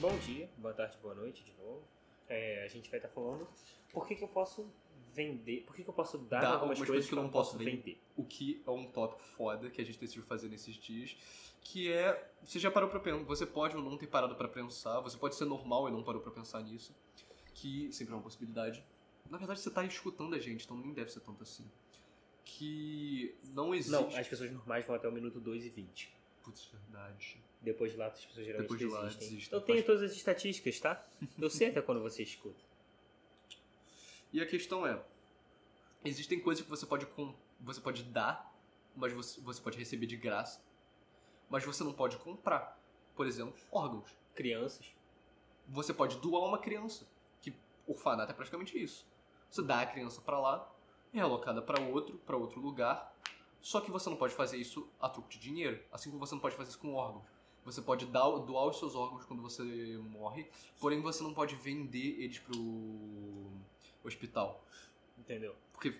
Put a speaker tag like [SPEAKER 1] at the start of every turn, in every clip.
[SPEAKER 1] bom dia, boa tarde, boa noite de novo. É, a gente vai estar falando por que, que eu posso vender, por que, que eu posso dar
[SPEAKER 2] Dá
[SPEAKER 1] algumas coisas, que eu não posso
[SPEAKER 2] vender.
[SPEAKER 1] vender.
[SPEAKER 2] o que é um tópico foda que a gente decidiu fazer nesses dias, que é, você já parou pra pensar, você pode ou não ter parado pra pensar, você pode ser normal e não parou pra pensar nisso, que sempre é uma possibilidade. Na verdade, você tá escutando a gente, então nem deve ser tanto assim. Que não existe...
[SPEAKER 1] Não, as pessoas normais vão até o minuto 2 e 20.
[SPEAKER 2] Putz, verdade.
[SPEAKER 1] Depois de lá, as pessoas geralmente
[SPEAKER 2] Depois de lá,
[SPEAKER 1] desistem.
[SPEAKER 2] desistem.
[SPEAKER 1] Eu tenho
[SPEAKER 2] Faz-
[SPEAKER 1] todas as estatísticas, tá? Eu sei até quando você escuta.
[SPEAKER 2] E a questão é, existem coisas que você pode com, você pode dar, mas você, você pode receber de graça, mas você não pode comprar. Por exemplo, órgãos.
[SPEAKER 1] Crianças.
[SPEAKER 2] Você pode doar uma criança, que orfanato é praticamente isso. Você dá a criança pra lá, é alocada pra outro, pra outro lugar. Só que você não pode fazer isso a troco de dinheiro, assim como você não pode fazer isso com órgãos. Você pode dar, doar os seus órgãos quando você morre, porém você não pode vender eles pro hospital.
[SPEAKER 1] Entendeu?
[SPEAKER 2] Porque.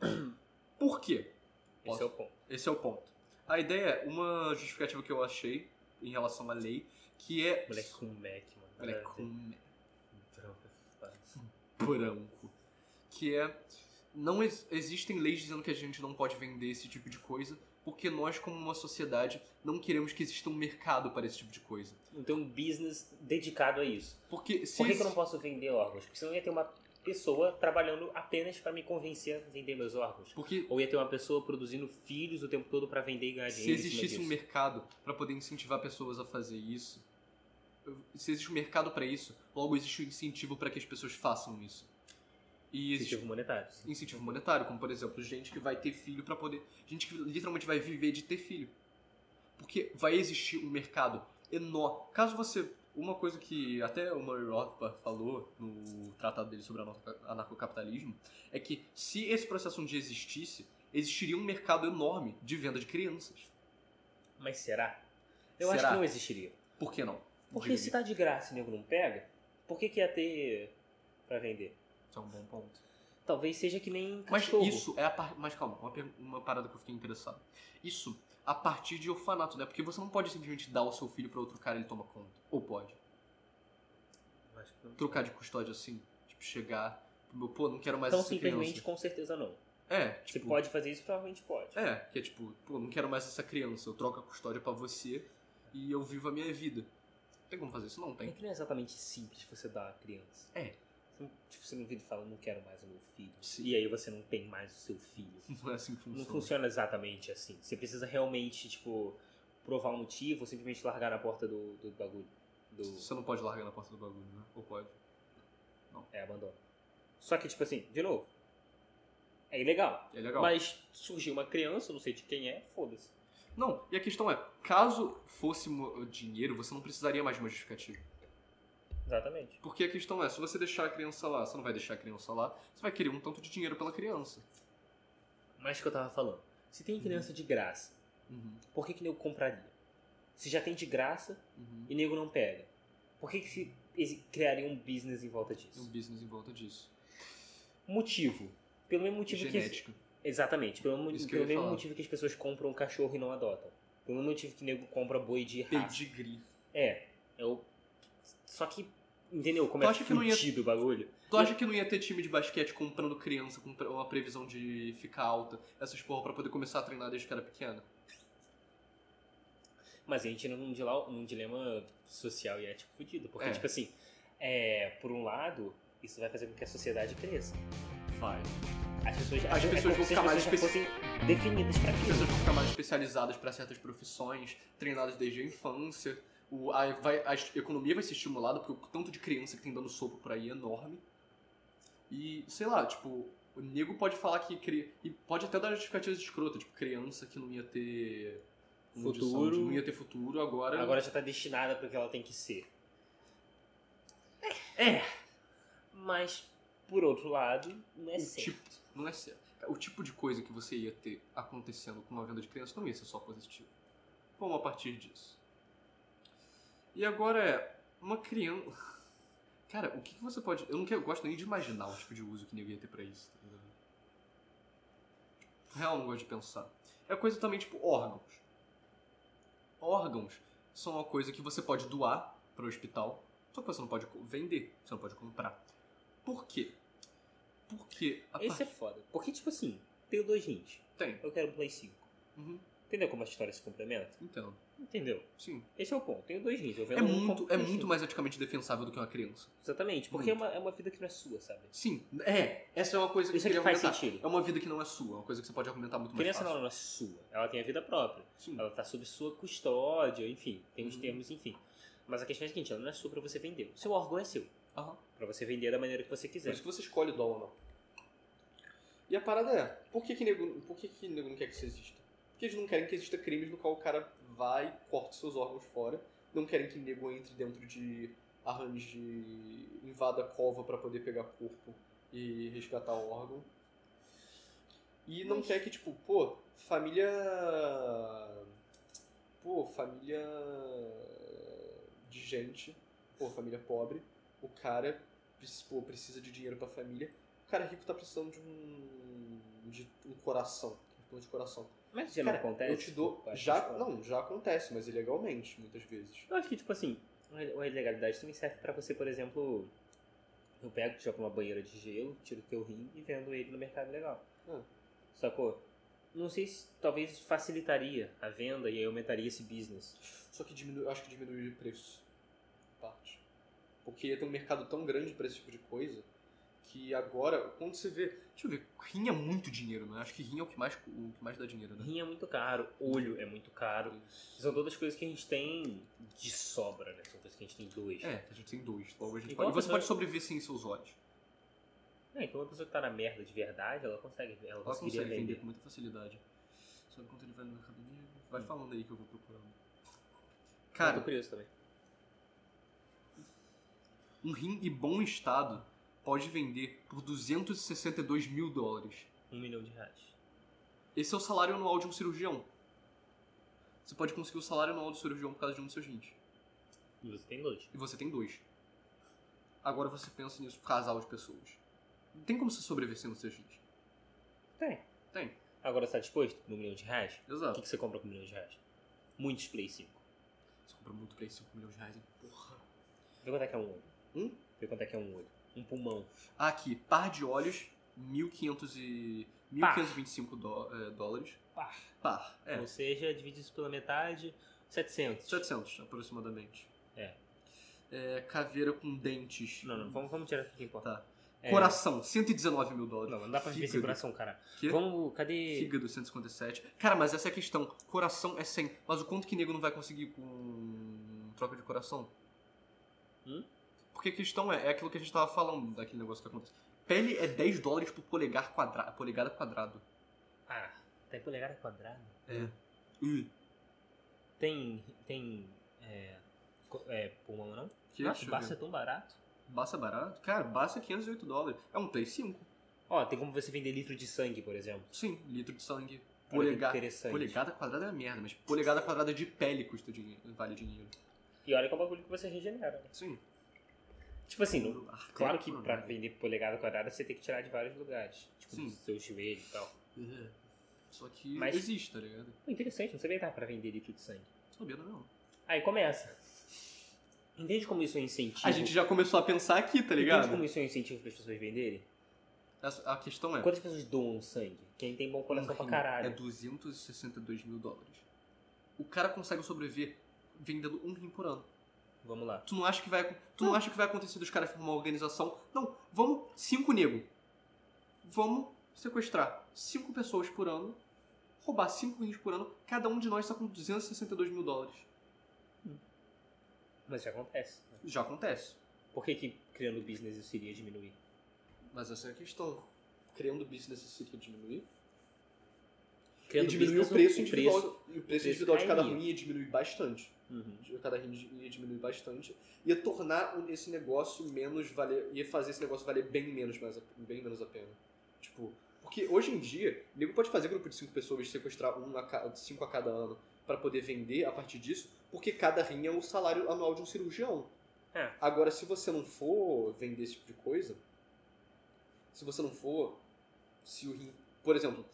[SPEAKER 2] Por quê?
[SPEAKER 1] Esse
[SPEAKER 2] Posso?
[SPEAKER 1] é o ponto.
[SPEAKER 2] Esse é o ponto. A ideia é uma justificativa que eu achei em relação à lei, que é.
[SPEAKER 1] Moleque com Mac, mano.
[SPEAKER 2] Moleque com
[SPEAKER 1] Droga.
[SPEAKER 2] branco. Que é. Não ex- existem leis dizendo que a gente não pode vender esse tipo de coisa, porque nós, como uma sociedade, não queremos que exista um mercado para esse tipo de coisa.
[SPEAKER 1] Não tem um business dedicado a isso.
[SPEAKER 2] Porque se.
[SPEAKER 1] Por que, que
[SPEAKER 2] exi-
[SPEAKER 1] eu não posso vender órgãos? Porque senão ia ter uma pessoa trabalhando apenas pra me convencer a vender meus órgãos.
[SPEAKER 2] Porque
[SPEAKER 1] Ou ia ter uma pessoa produzindo filhos o tempo todo pra vender e ganhar
[SPEAKER 2] se
[SPEAKER 1] dinheiro. em cima
[SPEAKER 2] existisse
[SPEAKER 1] disso.
[SPEAKER 2] um mercado para poder incentivar pessoas a fazer isso, se existe um mercado para isso, logo existe um incentivo para que as pessoas façam isso. E existe
[SPEAKER 1] incentivo monetário. sim.
[SPEAKER 2] incentivo monetário, como por exemplo, gente que vai ter filho para poder, gente que literalmente vai viver de ter filho. Porque vai existir um mercado enorme. Caso você, uma coisa que até o Murray Rothbard falou no tratado dele sobre anarco- anarcocapitalismo, é que se esse processo um dia existisse, existiria um mercado enorme de venda de crianças.
[SPEAKER 1] Mas será? Eu acho
[SPEAKER 2] Será?
[SPEAKER 1] que não existiria.
[SPEAKER 2] Por que não?
[SPEAKER 1] Porque
[SPEAKER 2] Diga
[SPEAKER 1] se tá de graça e o nego não pega, por que, que ia ter pra vender?
[SPEAKER 2] Isso é um bom ponto.
[SPEAKER 1] Talvez seja que nem
[SPEAKER 2] Mas
[SPEAKER 1] cachorro.
[SPEAKER 2] isso é a parte. Mas calma, uma, per- uma parada que eu fiquei interessado. Isso a partir de orfanato, né? Porque você não pode simplesmente dar o seu filho pra outro cara e ele toma conta. Ou pode.
[SPEAKER 1] Eu acho que não.
[SPEAKER 2] Trocar de custódia assim. Tipo, chegar. Meu, pô, não quero mais
[SPEAKER 1] Então
[SPEAKER 2] essa
[SPEAKER 1] simplesmente
[SPEAKER 2] criança.
[SPEAKER 1] com certeza não.
[SPEAKER 2] É,
[SPEAKER 1] Se
[SPEAKER 2] tipo.
[SPEAKER 1] pode fazer isso, provavelmente pode.
[SPEAKER 2] É, que é tipo, pô, não quero mais essa criança. Eu troco a custódia pra você e eu vivo a minha vida. Não tem como fazer isso, não
[SPEAKER 1] É
[SPEAKER 2] tem.
[SPEAKER 1] que não é exatamente simples você dar a criança.
[SPEAKER 2] É.
[SPEAKER 1] Você não- Tipo, você não vira e fala, não quero mais o meu filho.
[SPEAKER 2] Sim.
[SPEAKER 1] E aí você não tem mais o seu filho.
[SPEAKER 2] Não é assim que funciona.
[SPEAKER 1] Não funciona exatamente assim. Você precisa realmente, tipo, provar um motivo ou simplesmente largar na porta do, do bagulho. Do,
[SPEAKER 2] Você não pode largar na porta do bagulho, né? Ou pode.
[SPEAKER 1] é, abandono. Só que, tipo assim, de novo, é ilegal.
[SPEAKER 2] É legal.
[SPEAKER 1] Mas surgiu uma criança, não sei de quem é, foda-se.
[SPEAKER 2] Não, e a questão é, caso fosse mo- dinheiro, você não precisaria mais de uma justificativa.
[SPEAKER 1] Exatamente.
[SPEAKER 2] Porque a questão é, se você deixar a criança lá, você não vai deixar a criança lá, você vai querer um tanto de dinheiro pela criança.
[SPEAKER 1] Mas o que eu tava falando. Se tem criança de graça,
[SPEAKER 2] Uhum,
[SPEAKER 1] por que que nego compraria? Se já tem de graça
[SPEAKER 2] uhum.
[SPEAKER 1] e nego não pega, por que que se exi- criaria um business em volta
[SPEAKER 2] Tem um
[SPEAKER 1] disso?
[SPEAKER 2] business em volta disso.
[SPEAKER 1] Motivo. Pelo mesmo motivo que...
[SPEAKER 2] Genética.
[SPEAKER 1] Exatamente. Pelo, mo-
[SPEAKER 2] Isso que eu
[SPEAKER 1] pelo
[SPEAKER 2] ia
[SPEAKER 1] mesmo
[SPEAKER 2] falar.
[SPEAKER 1] motivo que as pessoas compram um cachorro e não adotam. Pelo mesmo motivo que nego compra boi de raça.
[SPEAKER 2] Pedigree.
[SPEAKER 1] É. É o... Só que... Entendeu? Como
[SPEAKER 2] Tu
[SPEAKER 1] é
[SPEAKER 2] acha que não ia-
[SPEAKER 1] fudido o bagulho?
[SPEAKER 2] Tu acha que não ia ter time de basquete comprando criança com pre- uma previsão de ficar alta, essas porra, pra poder começar a treinar desde que era pequena?
[SPEAKER 1] Mas a gente entra num, dila- num dilema social e ético fudido. Porque,
[SPEAKER 2] É.
[SPEAKER 1] tipo assim, é, por um lado, isso vai fazer com que a sociedade cresça.
[SPEAKER 2] Vai.
[SPEAKER 1] As pessoas, é
[SPEAKER 2] As pessoas vão
[SPEAKER 1] como se
[SPEAKER 2] ficar
[SPEAKER 1] as
[SPEAKER 2] mais
[SPEAKER 1] pessoas já fossem definidas pra
[SPEAKER 2] As
[SPEAKER 1] aquilo.
[SPEAKER 2] pessoas vão ficar mais especializadas para certas profissões, treinadas desde a infância. O, a, vai- a est- economia vai ser estimulada, porque o tanto de criança que tem dando sopa por aí é enorme. E, sei lá, tipo, o nego pode falar que. Cri... E pode até dar justificativas escrotas, tipo, criança que não ia ter. condição
[SPEAKER 1] Futuro.
[SPEAKER 2] de- não ia ter futuro, agora.
[SPEAKER 1] Agora já tá destinada pro que ela tem que ser.
[SPEAKER 2] É.
[SPEAKER 1] Mas, por outro lado, não é
[SPEAKER 2] o
[SPEAKER 1] certo.
[SPEAKER 2] tipo. Não é certo. O tipo de coisa que você ia ter acontecendo com uma venda de criança não ia ser só positivo. Vamos a partir disso. E agora é. Uma criança. Cara, o que, que você pode. Eu não quero, eu gosto nem de imaginar o tipo de uso que ninguém ia ter pra isso, tá ligado? Real, não gosto de pensar. É coisa também tipo órgãos. Órgãos são uma coisa que você pode doar, para o hospital, só que você não pode co- vender, você não pode comprar. Por quê? Porque a
[SPEAKER 1] Esse é
[SPEAKER 2] par-
[SPEAKER 1] foda. Porque, tipo assim, tenho dois rins.
[SPEAKER 2] Tem.
[SPEAKER 1] Eu quero um Play 5.
[SPEAKER 2] Uhum.
[SPEAKER 1] Entendeu como a história se complementa?
[SPEAKER 2] Entendo.
[SPEAKER 1] Entendeu?
[SPEAKER 2] Sim.
[SPEAKER 1] Esse é o ponto. Tenho dois rins. Eu vendo
[SPEAKER 2] É
[SPEAKER 1] um como
[SPEAKER 2] muito, é
[SPEAKER 1] Play 5.
[SPEAKER 2] muito mais eticamente defensável do que uma criança.
[SPEAKER 1] Exatamente. Porque é uma, é uma vida que não é sua, sabe?
[SPEAKER 2] Sim. É. Essa é uma coisa que
[SPEAKER 1] Isso
[SPEAKER 2] eu
[SPEAKER 1] é
[SPEAKER 2] queria
[SPEAKER 1] que faz
[SPEAKER 2] argumentar.
[SPEAKER 1] sentido.
[SPEAKER 2] É uma vida que não é sua, é uma coisa que você pode argumentar muito mais
[SPEAKER 1] Criança
[SPEAKER 2] fácil.
[SPEAKER 1] não não é sua. Ela tem a vida própria.
[SPEAKER 2] Sim.
[SPEAKER 1] Ela tá sob sua custódia, enfim. Tem os
[SPEAKER 2] Uhum.
[SPEAKER 1] termos, enfim. Mas a questão é a seguinte, ela não é sua pra você vender. O seu órgão é seu.
[SPEAKER 2] Aham.
[SPEAKER 1] Pra você vender da maneira que você
[SPEAKER 2] Por
[SPEAKER 1] quiser.
[SPEAKER 2] isso que você escolhe o dom ou não. E a parada é, por que que nego, por que que nego não quer que isso exista? Porque eles não querem que exista crimes no qual o cara vai e corta seus órgãos fora, não querem que nego entre dentro de arranjos de invada a cova pra poder pegar corpo e resgatar o órgão. E não
[SPEAKER 1] Mas-
[SPEAKER 2] quer que, tipo, pô, família... Pô, família de gente, pô, família pobre, o cara preci- pô, precisa de dinheiro pra família. O cara rico tá precisando de um. de um coração. Um plano de coração.
[SPEAKER 1] Mas já
[SPEAKER 2] Cara,
[SPEAKER 1] não acontece.
[SPEAKER 2] Eu te dou.
[SPEAKER 1] Acho
[SPEAKER 2] Já,
[SPEAKER 1] que-
[SPEAKER 2] não, já acontece, mas ilegalmente, muitas vezes.
[SPEAKER 1] Eu acho que, tipo assim, uma ilegalidade também serve pra você, por exemplo, eu pego, jogo uma banheira de gelo, tiro o teu rim e vendo ele no mercado legal.
[SPEAKER 2] Ah.
[SPEAKER 1] Sacou? Não sei se talvez facilitaria a venda e aí aumentaria esse business.
[SPEAKER 2] Só que diminui, acho que diminui o preço. Parte. Porque tem um mercado tão grande pra esse tipo de coisa que agora, quando você vê. Deixa eu ver, rim é muito dinheiro, né? Acho que rim é o que mais, o que mais dá dinheiro, né?
[SPEAKER 1] Rim é muito caro, olho é muito caro. São todas coisas que a gente tem de sobra, né? São coisas que a gente tem dois.
[SPEAKER 2] É, a gente tem dois. Logo a gente
[SPEAKER 1] Igual
[SPEAKER 2] pode. E você
[SPEAKER 1] pessoa-
[SPEAKER 2] pode sobreviver sem seus olhos.
[SPEAKER 1] É, então uma pessoa que tá na merda de verdade, ela consegue, ela
[SPEAKER 2] Ela
[SPEAKER 1] conseguiria
[SPEAKER 2] consegue vender
[SPEAKER 1] vender.
[SPEAKER 2] com muita facilidade. Sabe quanto ele vai no mercado negro? Vai falando aí que eu vou procurando.
[SPEAKER 1] Eu tô
[SPEAKER 2] Hum. Cara,
[SPEAKER 1] curioso também.
[SPEAKER 2] um rim em bom estado pode vender por 262 mil dólares.
[SPEAKER 1] Um milhão de reais.
[SPEAKER 2] Esse é o salário anual de um cirurgião. Você pode conseguir o salário anual do cirurgião por causa de um dos seus rins.
[SPEAKER 1] E você tem dois.
[SPEAKER 2] E você tem dois. Agora você pensa nisso, casal de pessoas. Tem como você sobreviver sem os seus rins?
[SPEAKER 1] Tem.
[SPEAKER 2] Tem.
[SPEAKER 1] Agora você tá disposto? Um milhão de reais? O
[SPEAKER 2] Exato.
[SPEAKER 1] que, que você compra com um milhão de reais? Muitos Play 5.
[SPEAKER 2] Você compra muito pra isso, 5 milhões de reais, hein? Porra.
[SPEAKER 1] Vê quanto é que é um olho.
[SPEAKER 2] Hum?
[SPEAKER 1] Vê quanto é que é um olho. Um pulmão.
[SPEAKER 2] Ah, Aqui, par de olhos, 1.500 e... 1.525 dó- eh, dólares.
[SPEAKER 1] Par. Hum.
[SPEAKER 2] Par, é.
[SPEAKER 1] Ou seja, divide isso pela metade, 700.
[SPEAKER 2] 700, aproximadamente.
[SPEAKER 1] É.
[SPEAKER 2] É, caveira com dentes.
[SPEAKER 1] Não, não, vamos, vamos tirar o que importa.
[SPEAKER 2] Tá.
[SPEAKER 1] É,
[SPEAKER 2] Coração, 119 mil dólares.
[SPEAKER 1] Não, não dá pra viver sem
[SPEAKER 2] Fígado.
[SPEAKER 1] coração, cara.
[SPEAKER 2] Quê?
[SPEAKER 1] Vamos, cadê...
[SPEAKER 2] Fígado, 157. Cara, mas essa é a questão. Coração é 100. Mas o quanto que nego não vai conseguir com troca de coração?
[SPEAKER 1] Hum?
[SPEAKER 2] Porque a questão é, é aquilo que a gente tava falando, daquele negócio que acontece. Pele é 10 dólares por polegar quadra... polegada quadrado.
[SPEAKER 1] Ah, tem polegada quadrada?
[SPEAKER 2] É. Ih,
[SPEAKER 1] Tem, tem, é, co- é, pulmão não?
[SPEAKER 2] que
[SPEAKER 1] Nossa,
[SPEAKER 2] deixa
[SPEAKER 1] o
[SPEAKER 2] eu
[SPEAKER 1] Barça
[SPEAKER 2] ver.
[SPEAKER 1] é tão barato.
[SPEAKER 2] Basta é barato? Cara, Basta é 508 dólares. É um Play 5.
[SPEAKER 1] Ó, tem como você vender litro de sangue, por exemplo.
[SPEAKER 2] Sim, litro de sangue.
[SPEAKER 1] Olha que
[SPEAKER 2] Polegar.
[SPEAKER 1] Interessante.
[SPEAKER 2] Polegada quadrada é merda, mas polegada quadrada de pele custa dinheiro, vale dinheiro.
[SPEAKER 1] E olha que é um bagulho que você regenera, né?
[SPEAKER 2] Sim.
[SPEAKER 1] Tipo assim, não,
[SPEAKER 2] Ah,
[SPEAKER 1] Claro que pra
[SPEAKER 2] ver.
[SPEAKER 1] vender polegada quadrada você tem que tirar de vários lugares. Tipo,
[SPEAKER 2] Sim.
[SPEAKER 1] do seu joelho e tal.
[SPEAKER 2] É. Só que
[SPEAKER 1] Mas-
[SPEAKER 2] existe, tá ligado?
[SPEAKER 1] Pô, interessante, não sabia que dava pra vender litro de sangue.
[SPEAKER 2] Sabia não.
[SPEAKER 1] Aí começa. Entende como isso é um incentivo?
[SPEAKER 2] A gente já começou a pensar aqui, tá ligado?
[SPEAKER 1] Entende como isso é um incentivo para as pessoas venderem?
[SPEAKER 2] A, a questão é.
[SPEAKER 1] Quantas pessoas doam sangue? Quem tem bom coração
[SPEAKER 2] um
[SPEAKER 1] pra
[SPEAKER 2] rim É
[SPEAKER 1] caralho.
[SPEAKER 2] 262 mil dólares. O cara consegue sobreviver vendendo um rim por ano.
[SPEAKER 1] Vamos lá.
[SPEAKER 2] Tu não acha que vai, tu não acha que vai acontecer dos caras formar uma organização? Não, vamos cinco nego. Vamos sequestrar cinco pessoas por ano, roubar cinco rins por ano. Cada um de nós tá com 262 mil dólares.
[SPEAKER 1] Mas já acontece. né?
[SPEAKER 2] Já acontece.
[SPEAKER 1] Por que, que criando business isso iria diminuir?
[SPEAKER 2] Mas essa é a questão. Criando business isso iria diminuir.
[SPEAKER 1] Criando
[SPEAKER 2] e diminuir o
[SPEAKER 1] business,
[SPEAKER 2] preço
[SPEAKER 1] o
[SPEAKER 2] individual.
[SPEAKER 1] preço-
[SPEAKER 2] E o
[SPEAKER 1] preço
[SPEAKER 2] preço individual de cada
[SPEAKER 1] cairia.
[SPEAKER 2] rim ia diminuir bastante.
[SPEAKER 1] Uhum.
[SPEAKER 2] de cada rim ia diminuir bastante, ia tornar o- esse negócio menos valer, ia fazer esse negócio valer bem menos, mais a- bem menos a pena. Tipo, porque hoje em dia, o nego pode fazer grupo de cinco pessoas, sequestrar um a ca- cinco a cada ano pra poder vender a partir disso, porque cada rim é o salário anual de um cirurgião.
[SPEAKER 1] É.
[SPEAKER 2] Agora, se você não for vender esse tipo de coisa, se você não for, se o rim, por exemplo,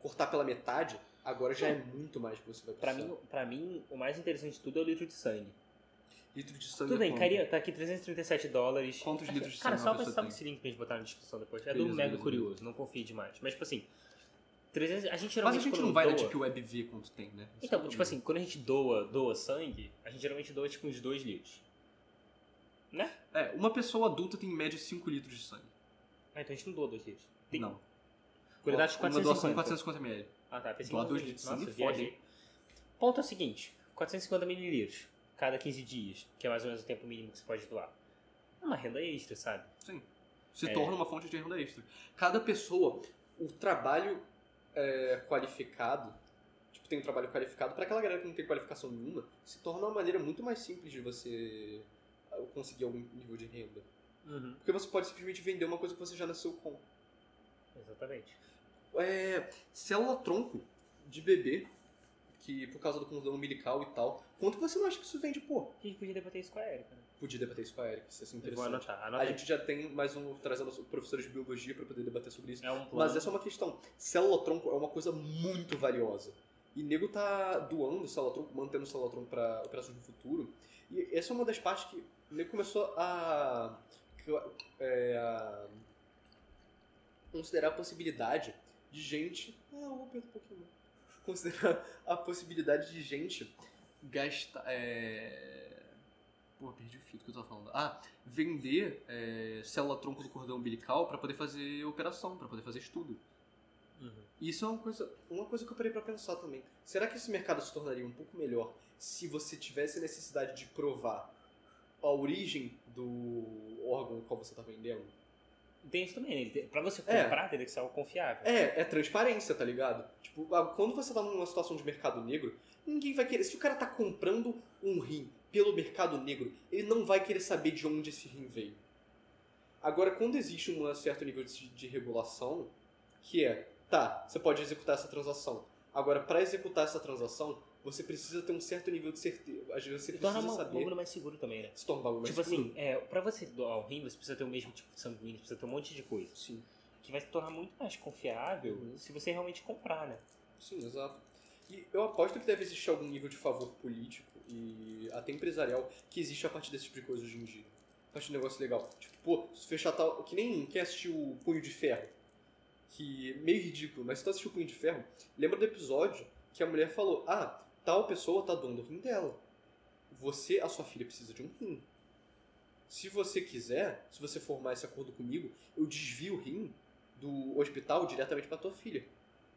[SPEAKER 2] cortar pela metade, agora já é muito mais que você vai
[SPEAKER 1] Pra
[SPEAKER 2] precisar.
[SPEAKER 1] mim, pra mim, o mais interessante de tudo é o litro de sangue.
[SPEAKER 2] litros de sangue.
[SPEAKER 1] Tudo bem,
[SPEAKER 2] é
[SPEAKER 1] caria, tá aqui 337 dólares.
[SPEAKER 2] Quantos litros de
[SPEAKER 1] Cara,
[SPEAKER 2] sangue uma
[SPEAKER 1] só
[SPEAKER 2] pessoa
[SPEAKER 1] pensar
[SPEAKER 2] tem?
[SPEAKER 1] nesse link pra gente botar na descrição depois. É do
[SPEAKER 2] Beleza,
[SPEAKER 1] Mega
[SPEAKER 2] beleza,
[SPEAKER 1] Curioso, não confie demais. Mas, tipo assim, 300, a gente
[SPEAKER 2] Mas
[SPEAKER 1] geralmente.
[SPEAKER 2] a gente
[SPEAKER 1] quando
[SPEAKER 2] não vai na
[SPEAKER 1] doa-
[SPEAKER 2] Deep Web ver quanto tem, né? Esse é o
[SPEAKER 1] Então, tipo
[SPEAKER 2] problema.
[SPEAKER 1] assim, quando a gente doa, doa sangue, a gente geralmente doa tipo uns 2 litros.
[SPEAKER 2] É, uma pessoa adulta tem em média 5 litros de sangue.
[SPEAKER 1] Ah, então a gente não doa 2 litros. Tem
[SPEAKER 2] Não.
[SPEAKER 1] quantidade de
[SPEAKER 2] Uma
[SPEAKER 1] 450.
[SPEAKER 2] doação de 450 ml.
[SPEAKER 1] Ah, tá, pensei
[SPEAKER 2] Doar
[SPEAKER 1] que-
[SPEAKER 2] dois litros de
[SPEAKER 1] Nossa,
[SPEAKER 2] sangue,
[SPEAKER 1] viajei. Ponto é o seguinte: 450 mililitros cada 15 dias, que é mais ou menos o tempo mínimo que você pode doar. É uma renda extra, sabe?
[SPEAKER 2] Sim. Se
[SPEAKER 1] É.
[SPEAKER 2] torna uma fonte de renda extra. Cada pessoa, o trabalho é, qualificado, tipo, tem um trabalho qualificado, para aquela galera que não tem qualificação nenhuma, se torna uma maneira muito mais simples de você ah, conseguir algum nível de renda.
[SPEAKER 1] Uhum.
[SPEAKER 2] Porque você pode simplesmente vender uma coisa que você já nasceu com.
[SPEAKER 1] Exatamente.
[SPEAKER 2] É, célula tronco de bebê, que por causa do condão umbilical e tal, quanto que você não acha que isso vende, pô?
[SPEAKER 1] A gente podia debater isso com a Erika, né?
[SPEAKER 2] Podia debater isso com a Erika, isso é assim
[SPEAKER 1] Eu vou
[SPEAKER 2] interessante.
[SPEAKER 1] anotar.
[SPEAKER 2] A
[SPEAKER 1] Anota aí.
[SPEAKER 2] gente já tem mais um trazendo professores de biologia para poder debater sobre isso.
[SPEAKER 1] É um plano.
[SPEAKER 2] Mas essa é uma questão. Célula-tronco é uma coisa muito valiosa. E nego tá doando célula-tronco, mantendo célula-tronco pra operações no futuro. E essa é uma das partes que o nego começou a, que eu- é, a considerar a possibilidade de gente... Ah, eu vou apertar um pouquinho. mais. Considerar a possibilidade de gente gastar... É... Pô, perdi o fio do que eu tava falando. Ah, vender é, célula-tronco do cordão umbilical pra poder fazer operação, pra poder fazer estudo.
[SPEAKER 1] Uhum.
[SPEAKER 2] E isso é uma coisa, uma coisa que eu parei pra pensar também. Será que esse mercado se tornaria um pouco melhor se você tivesse a necessidade de provar a origem do órgão qual você tá vendendo?
[SPEAKER 1] Tem isso também, né? Ele tem- Pra você
[SPEAKER 2] É.
[SPEAKER 1] comprar, teria que ser algo confiável.
[SPEAKER 2] É, é transparência, tá ligado? Tipo, a- quando você tá numa situação de mercado negro, ninguém vai querer. Se o cara tá comprando um rim pelo mercado negro, ele não vai querer saber de onde esse rim veio. Agora, quando existe um certo nível de, de regulação, que é, tá, você pode executar essa transação. Agora, pra executar essa transação, você precisa ter um certo nível de certeza. Às vezes você
[SPEAKER 1] E torna
[SPEAKER 2] precisa
[SPEAKER 1] uma- um
[SPEAKER 2] saber.
[SPEAKER 1] bagulho mais seguro também, né?
[SPEAKER 2] Se torna um bagulho mais
[SPEAKER 1] tipo assim,
[SPEAKER 2] seguro.
[SPEAKER 1] é, pra você doar o rim, você precisa ter o mesmo tipo de sanguíneo, precisa ter um monte de coisa.
[SPEAKER 2] Sim.
[SPEAKER 1] Que vai se tornar muito mais confiável
[SPEAKER 2] Uhum.
[SPEAKER 1] se você realmente comprar, né?
[SPEAKER 2] Sim, exato. E eu aposto que deve existir algum nível de favor político e até empresarial que existe a partir desse tipo de coisa hoje em dia. Eu Acho um negócio legal. Tipo, pô, se fechar tal. Que nem quem assistiu o Punho de Ferro. Que é meio ridículo, mas se tu assistiu o Punho de Ferro, lembra do episódio que a mulher falou: Ah, tal pessoa tá doando o rim dela. Você, a sua filha, precisa de um rim. Se você quiser, se você formar esse acordo comigo, eu desvio o rim do hospital diretamente pra tua filha.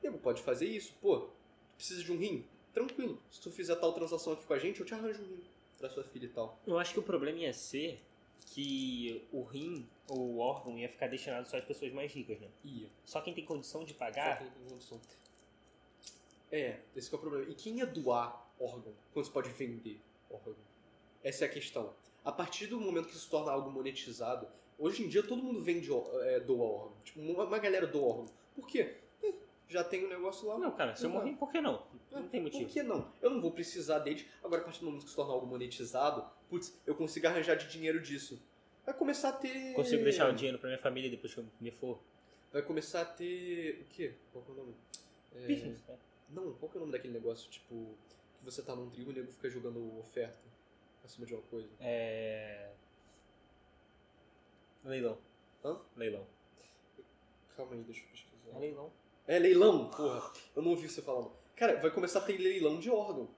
[SPEAKER 2] Nego, pode fazer isso. Pô, tu precisa de um rim? Tranquilo. Se tu fizer tal transação aqui com a gente, eu te arranjo um rim pra sua filha e tal.
[SPEAKER 1] Eu acho que o problema ia ser que o rim ou o órgão ia ficar destinado só às pessoas mais ricas, né?
[SPEAKER 2] Ia.
[SPEAKER 1] Só quem tem condição de
[SPEAKER 2] Só
[SPEAKER 1] pagar.
[SPEAKER 2] que não tem condição. É, esse que é o problema. E quem ia doar órgão? Quando você pode vender órgão? Essa é a questão. A partir do momento que isso se torna algo monetizado, hoje em dia todo mundo vende, ó- é, doa órgão. Tipo, uma, uma galera doa órgão. Por quê? Eh, Já tem o negócio lá.
[SPEAKER 1] Não, cara, se eu
[SPEAKER 2] Não.
[SPEAKER 1] morrer, por que não? Não tem motivo.
[SPEAKER 2] Por que não? Eu não vou precisar deles. Agora, a partir do momento que se tornar algo monetizado, putz, eu consigo arranjar de dinheiro disso. Vai começar a ter.
[SPEAKER 1] Consigo deixar o dinheiro pra minha família depois que eu me for.
[SPEAKER 2] Vai começar a ter. O quê? Qual que é o nome? É,
[SPEAKER 1] Business, né?
[SPEAKER 2] Não, qual que é o nome daquele negócio, tipo, que você tá num trio e o nego fica jogando oferta acima de uma coisa?
[SPEAKER 1] É. Leilão.
[SPEAKER 2] Hã?
[SPEAKER 1] Leilão.
[SPEAKER 2] Calma aí, deixa eu
[SPEAKER 1] É
[SPEAKER 2] pesquisar.
[SPEAKER 1] leilão.
[SPEAKER 2] É leilão? Porra, eu não ouvi você falando. Cara, vai começar a ter leilão de órgão.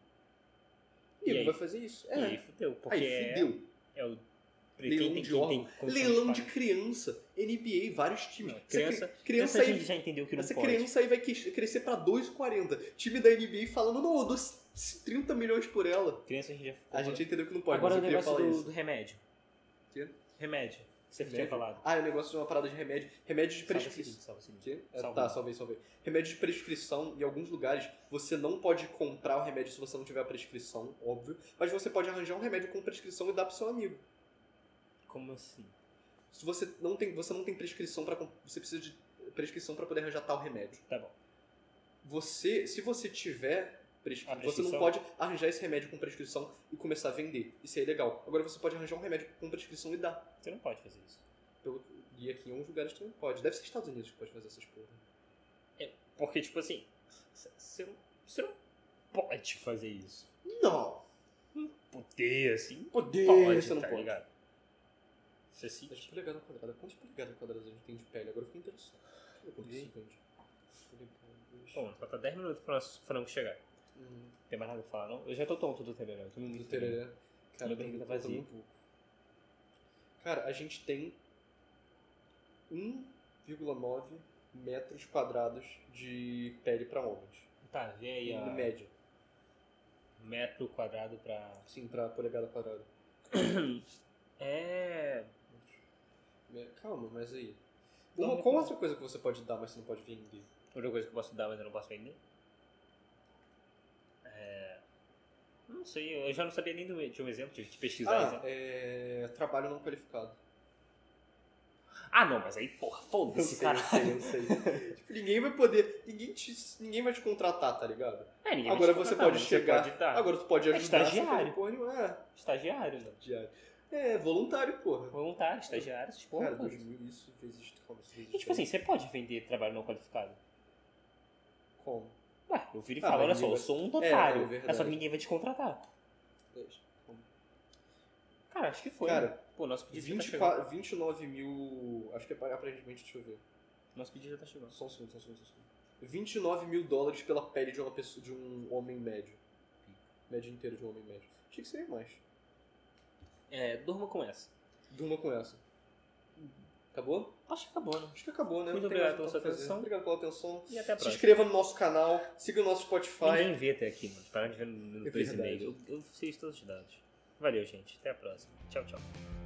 [SPEAKER 1] E
[SPEAKER 2] Nego
[SPEAKER 1] aí?
[SPEAKER 2] vai fazer isso.
[SPEAKER 1] E aí
[SPEAKER 2] É.
[SPEAKER 1] fudeu, porque
[SPEAKER 2] Aí, fudeu.
[SPEAKER 1] é, é o.
[SPEAKER 2] Leilão
[SPEAKER 1] quem tem-
[SPEAKER 2] de
[SPEAKER 1] quem
[SPEAKER 2] órgão.
[SPEAKER 1] tem condição
[SPEAKER 2] Leilão de
[SPEAKER 1] pagar.
[SPEAKER 2] criança, NBA, vários times.
[SPEAKER 1] Não,
[SPEAKER 2] Essa
[SPEAKER 1] criança- Criança
[SPEAKER 2] cri- criança
[SPEAKER 1] a
[SPEAKER 2] aí,
[SPEAKER 1] gente já entendeu que não
[SPEAKER 2] essa
[SPEAKER 1] pode.
[SPEAKER 2] criança aí vai que- crescer pra 2,40. Time da NBA falando, não, eu dou c- c- 30 milhões por ela.
[SPEAKER 1] Criança a gente já.
[SPEAKER 2] A gente já entendeu que não pode,
[SPEAKER 1] Agora o
[SPEAKER 2] mas eu queria
[SPEAKER 1] negócio
[SPEAKER 2] falar
[SPEAKER 1] do,
[SPEAKER 2] isso.
[SPEAKER 1] do remédio.
[SPEAKER 2] Quê?
[SPEAKER 1] Remédio. Você tinha
[SPEAKER 2] Remédio?
[SPEAKER 1] falado.
[SPEAKER 2] Ah, é o negócio de uma parada de remédio. Remédio de
[SPEAKER 1] Salva esse link,
[SPEAKER 2] prescrição.
[SPEAKER 1] salva esse link.
[SPEAKER 2] Que? É,
[SPEAKER 1] Salve.
[SPEAKER 2] tá, salvei, salvei. Remédio de prescrição, em alguns lugares, você não pode comprar o remédio se você não tiver a prescrição, óbvio. Mas você pode arranjar um remédio com prescrição e dar pro seu amigo.
[SPEAKER 1] Como assim?
[SPEAKER 2] Se você não tem, você não tem prescrição para você precisa de prescrição pra poder arranjar tal remédio.
[SPEAKER 1] Tá bom.
[SPEAKER 2] Você, se você tiver prescri-
[SPEAKER 1] A
[SPEAKER 2] você não
[SPEAKER 1] prescrição?
[SPEAKER 2] pode arranjar esse remédio com prescrição e começar a vender. Isso é ilegal. Agora você pode arranjar um remédio com prescrição e dar.
[SPEAKER 1] Você não pode fazer isso.
[SPEAKER 2] Pelo que eu li aqui em alguns lugares que não pode. Deve ser Estados Unidos que pode fazer essas porra.
[SPEAKER 1] Porque, tipo assim, c- você não, você não pode fazer isso.
[SPEAKER 2] Não.
[SPEAKER 1] poder, assim,
[SPEAKER 3] Poder,
[SPEAKER 1] pode,
[SPEAKER 3] você não
[SPEAKER 1] tá
[SPEAKER 3] pode.
[SPEAKER 1] ligado? Você se...
[SPEAKER 2] Mas polegada quadrada, quantas polegadas quadradas a gente tem de pele? Agora eu fiquei interessado. Deixa eu ver quanto
[SPEAKER 1] E aí?
[SPEAKER 2] isso vende. Polegadas.
[SPEAKER 1] Bom, falta 10 minutos pro nosso frango chegar.
[SPEAKER 2] Hum,
[SPEAKER 1] Tem mais nada pra falar, não? Eu já tô tonto do tereré. eu tô muito
[SPEAKER 2] do
[SPEAKER 1] tonto.
[SPEAKER 2] tereré. Cara,
[SPEAKER 1] E pergunta
[SPEAKER 2] eu tô
[SPEAKER 1] vazia.
[SPEAKER 2] faltando um pouco. Cara, a gente tem 1,9 metros quadrados de pele pra homens.
[SPEAKER 1] Tá, vê aí
[SPEAKER 2] Em
[SPEAKER 1] a
[SPEAKER 2] média.
[SPEAKER 1] metro quadrado pra...
[SPEAKER 2] Sim, pra polegada quadrada.
[SPEAKER 1] É...
[SPEAKER 2] Me- É, Calma, mas aí.
[SPEAKER 1] Dá
[SPEAKER 2] Uma,
[SPEAKER 1] uma
[SPEAKER 2] qual
[SPEAKER 1] coisa.
[SPEAKER 2] outra coisa que você pode dar, mas você não pode vender?
[SPEAKER 1] Outra coisa que eu posso dar, mas eu não posso vender? É... Não sei, eu já não sabia nem do- de um exemplo, tive que pesquisar.
[SPEAKER 2] Ah,
[SPEAKER 1] exemplo.
[SPEAKER 2] é. Trabalho não qualificado.
[SPEAKER 1] Ah, não, mas aí, porra, foda-se, cara.
[SPEAKER 2] eu sei, eu sei. tipo, ninguém vai poder. Ninguém, te, ninguém vai te contratar, tá ligado?
[SPEAKER 1] É, ninguém vai
[SPEAKER 2] Agora
[SPEAKER 1] te
[SPEAKER 2] você
[SPEAKER 1] contratar,
[SPEAKER 2] pode
[SPEAKER 1] mas
[SPEAKER 2] chegar.
[SPEAKER 1] Você pode dar.
[SPEAKER 2] Agora tu pode
[SPEAKER 1] É
[SPEAKER 2] ajudar.
[SPEAKER 1] estagiário.
[SPEAKER 2] você pode pôr, é,
[SPEAKER 1] Estagiário, né?
[SPEAKER 2] estagiário. É, voluntário, porra.
[SPEAKER 1] Voluntário, estagiário, essas porra.
[SPEAKER 2] Cara,
[SPEAKER 1] todas.
[SPEAKER 2] 2000 isso vezes como isso vezes
[SPEAKER 1] E tipo assim, você pode vender trabalho não qualificado. assim,
[SPEAKER 2] como?
[SPEAKER 1] Ué, eu viro e
[SPEAKER 2] Ah,
[SPEAKER 1] falo,
[SPEAKER 2] mas
[SPEAKER 1] olha só, eu
[SPEAKER 2] ninguém
[SPEAKER 1] sou um
[SPEAKER 2] É, é
[SPEAKER 1] otário. É,
[SPEAKER 2] verdade.
[SPEAKER 1] só que ninguém vai te contratar.
[SPEAKER 2] Dez. Como?
[SPEAKER 1] Cara, acho que foi.
[SPEAKER 2] Cara,
[SPEAKER 1] Pô, nosso pedido já tá
[SPEAKER 2] 24
[SPEAKER 1] chegando.
[SPEAKER 2] 29 mil. Acho que é aparentemente, deixa eu ver.
[SPEAKER 1] Nosso pedido já tá chegando.
[SPEAKER 2] Só um segundo, só um segundo, só um segundo. 29 mil dólares pela pele de uma pessoa de um homem médio. Média inteira de um homem médio. Achei que seria mais.
[SPEAKER 1] É, durma com essa.
[SPEAKER 2] Durma com essa. Acabou?
[SPEAKER 1] Acho que acabou, né?
[SPEAKER 2] Acho que acabou, né?
[SPEAKER 1] Muito
[SPEAKER 2] Não tem mais
[SPEAKER 1] obrigado
[SPEAKER 2] o que
[SPEAKER 1] pela sua
[SPEAKER 2] fazer.
[SPEAKER 1] atenção.
[SPEAKER 2] Obrigado pela atenção.
[SPEAKER 1] E até a
[SPEAKER 2] Se
[SPEAKER 1] próxima.
[SPEAKER 2] inscreva no nosso canal, siga o nosso Spotify.
[SPEAKER 1] Ninguém vê até aqui, mano. Para de ver no
[SPEAKER 2] É
[SPEAKER 1] dois e
[SPEAKER 2] verdade.
[SPEAKER 1] meio. Eu, eu sei todos os dados. Valeu, gente. Até a próxima. Tchau, tchau.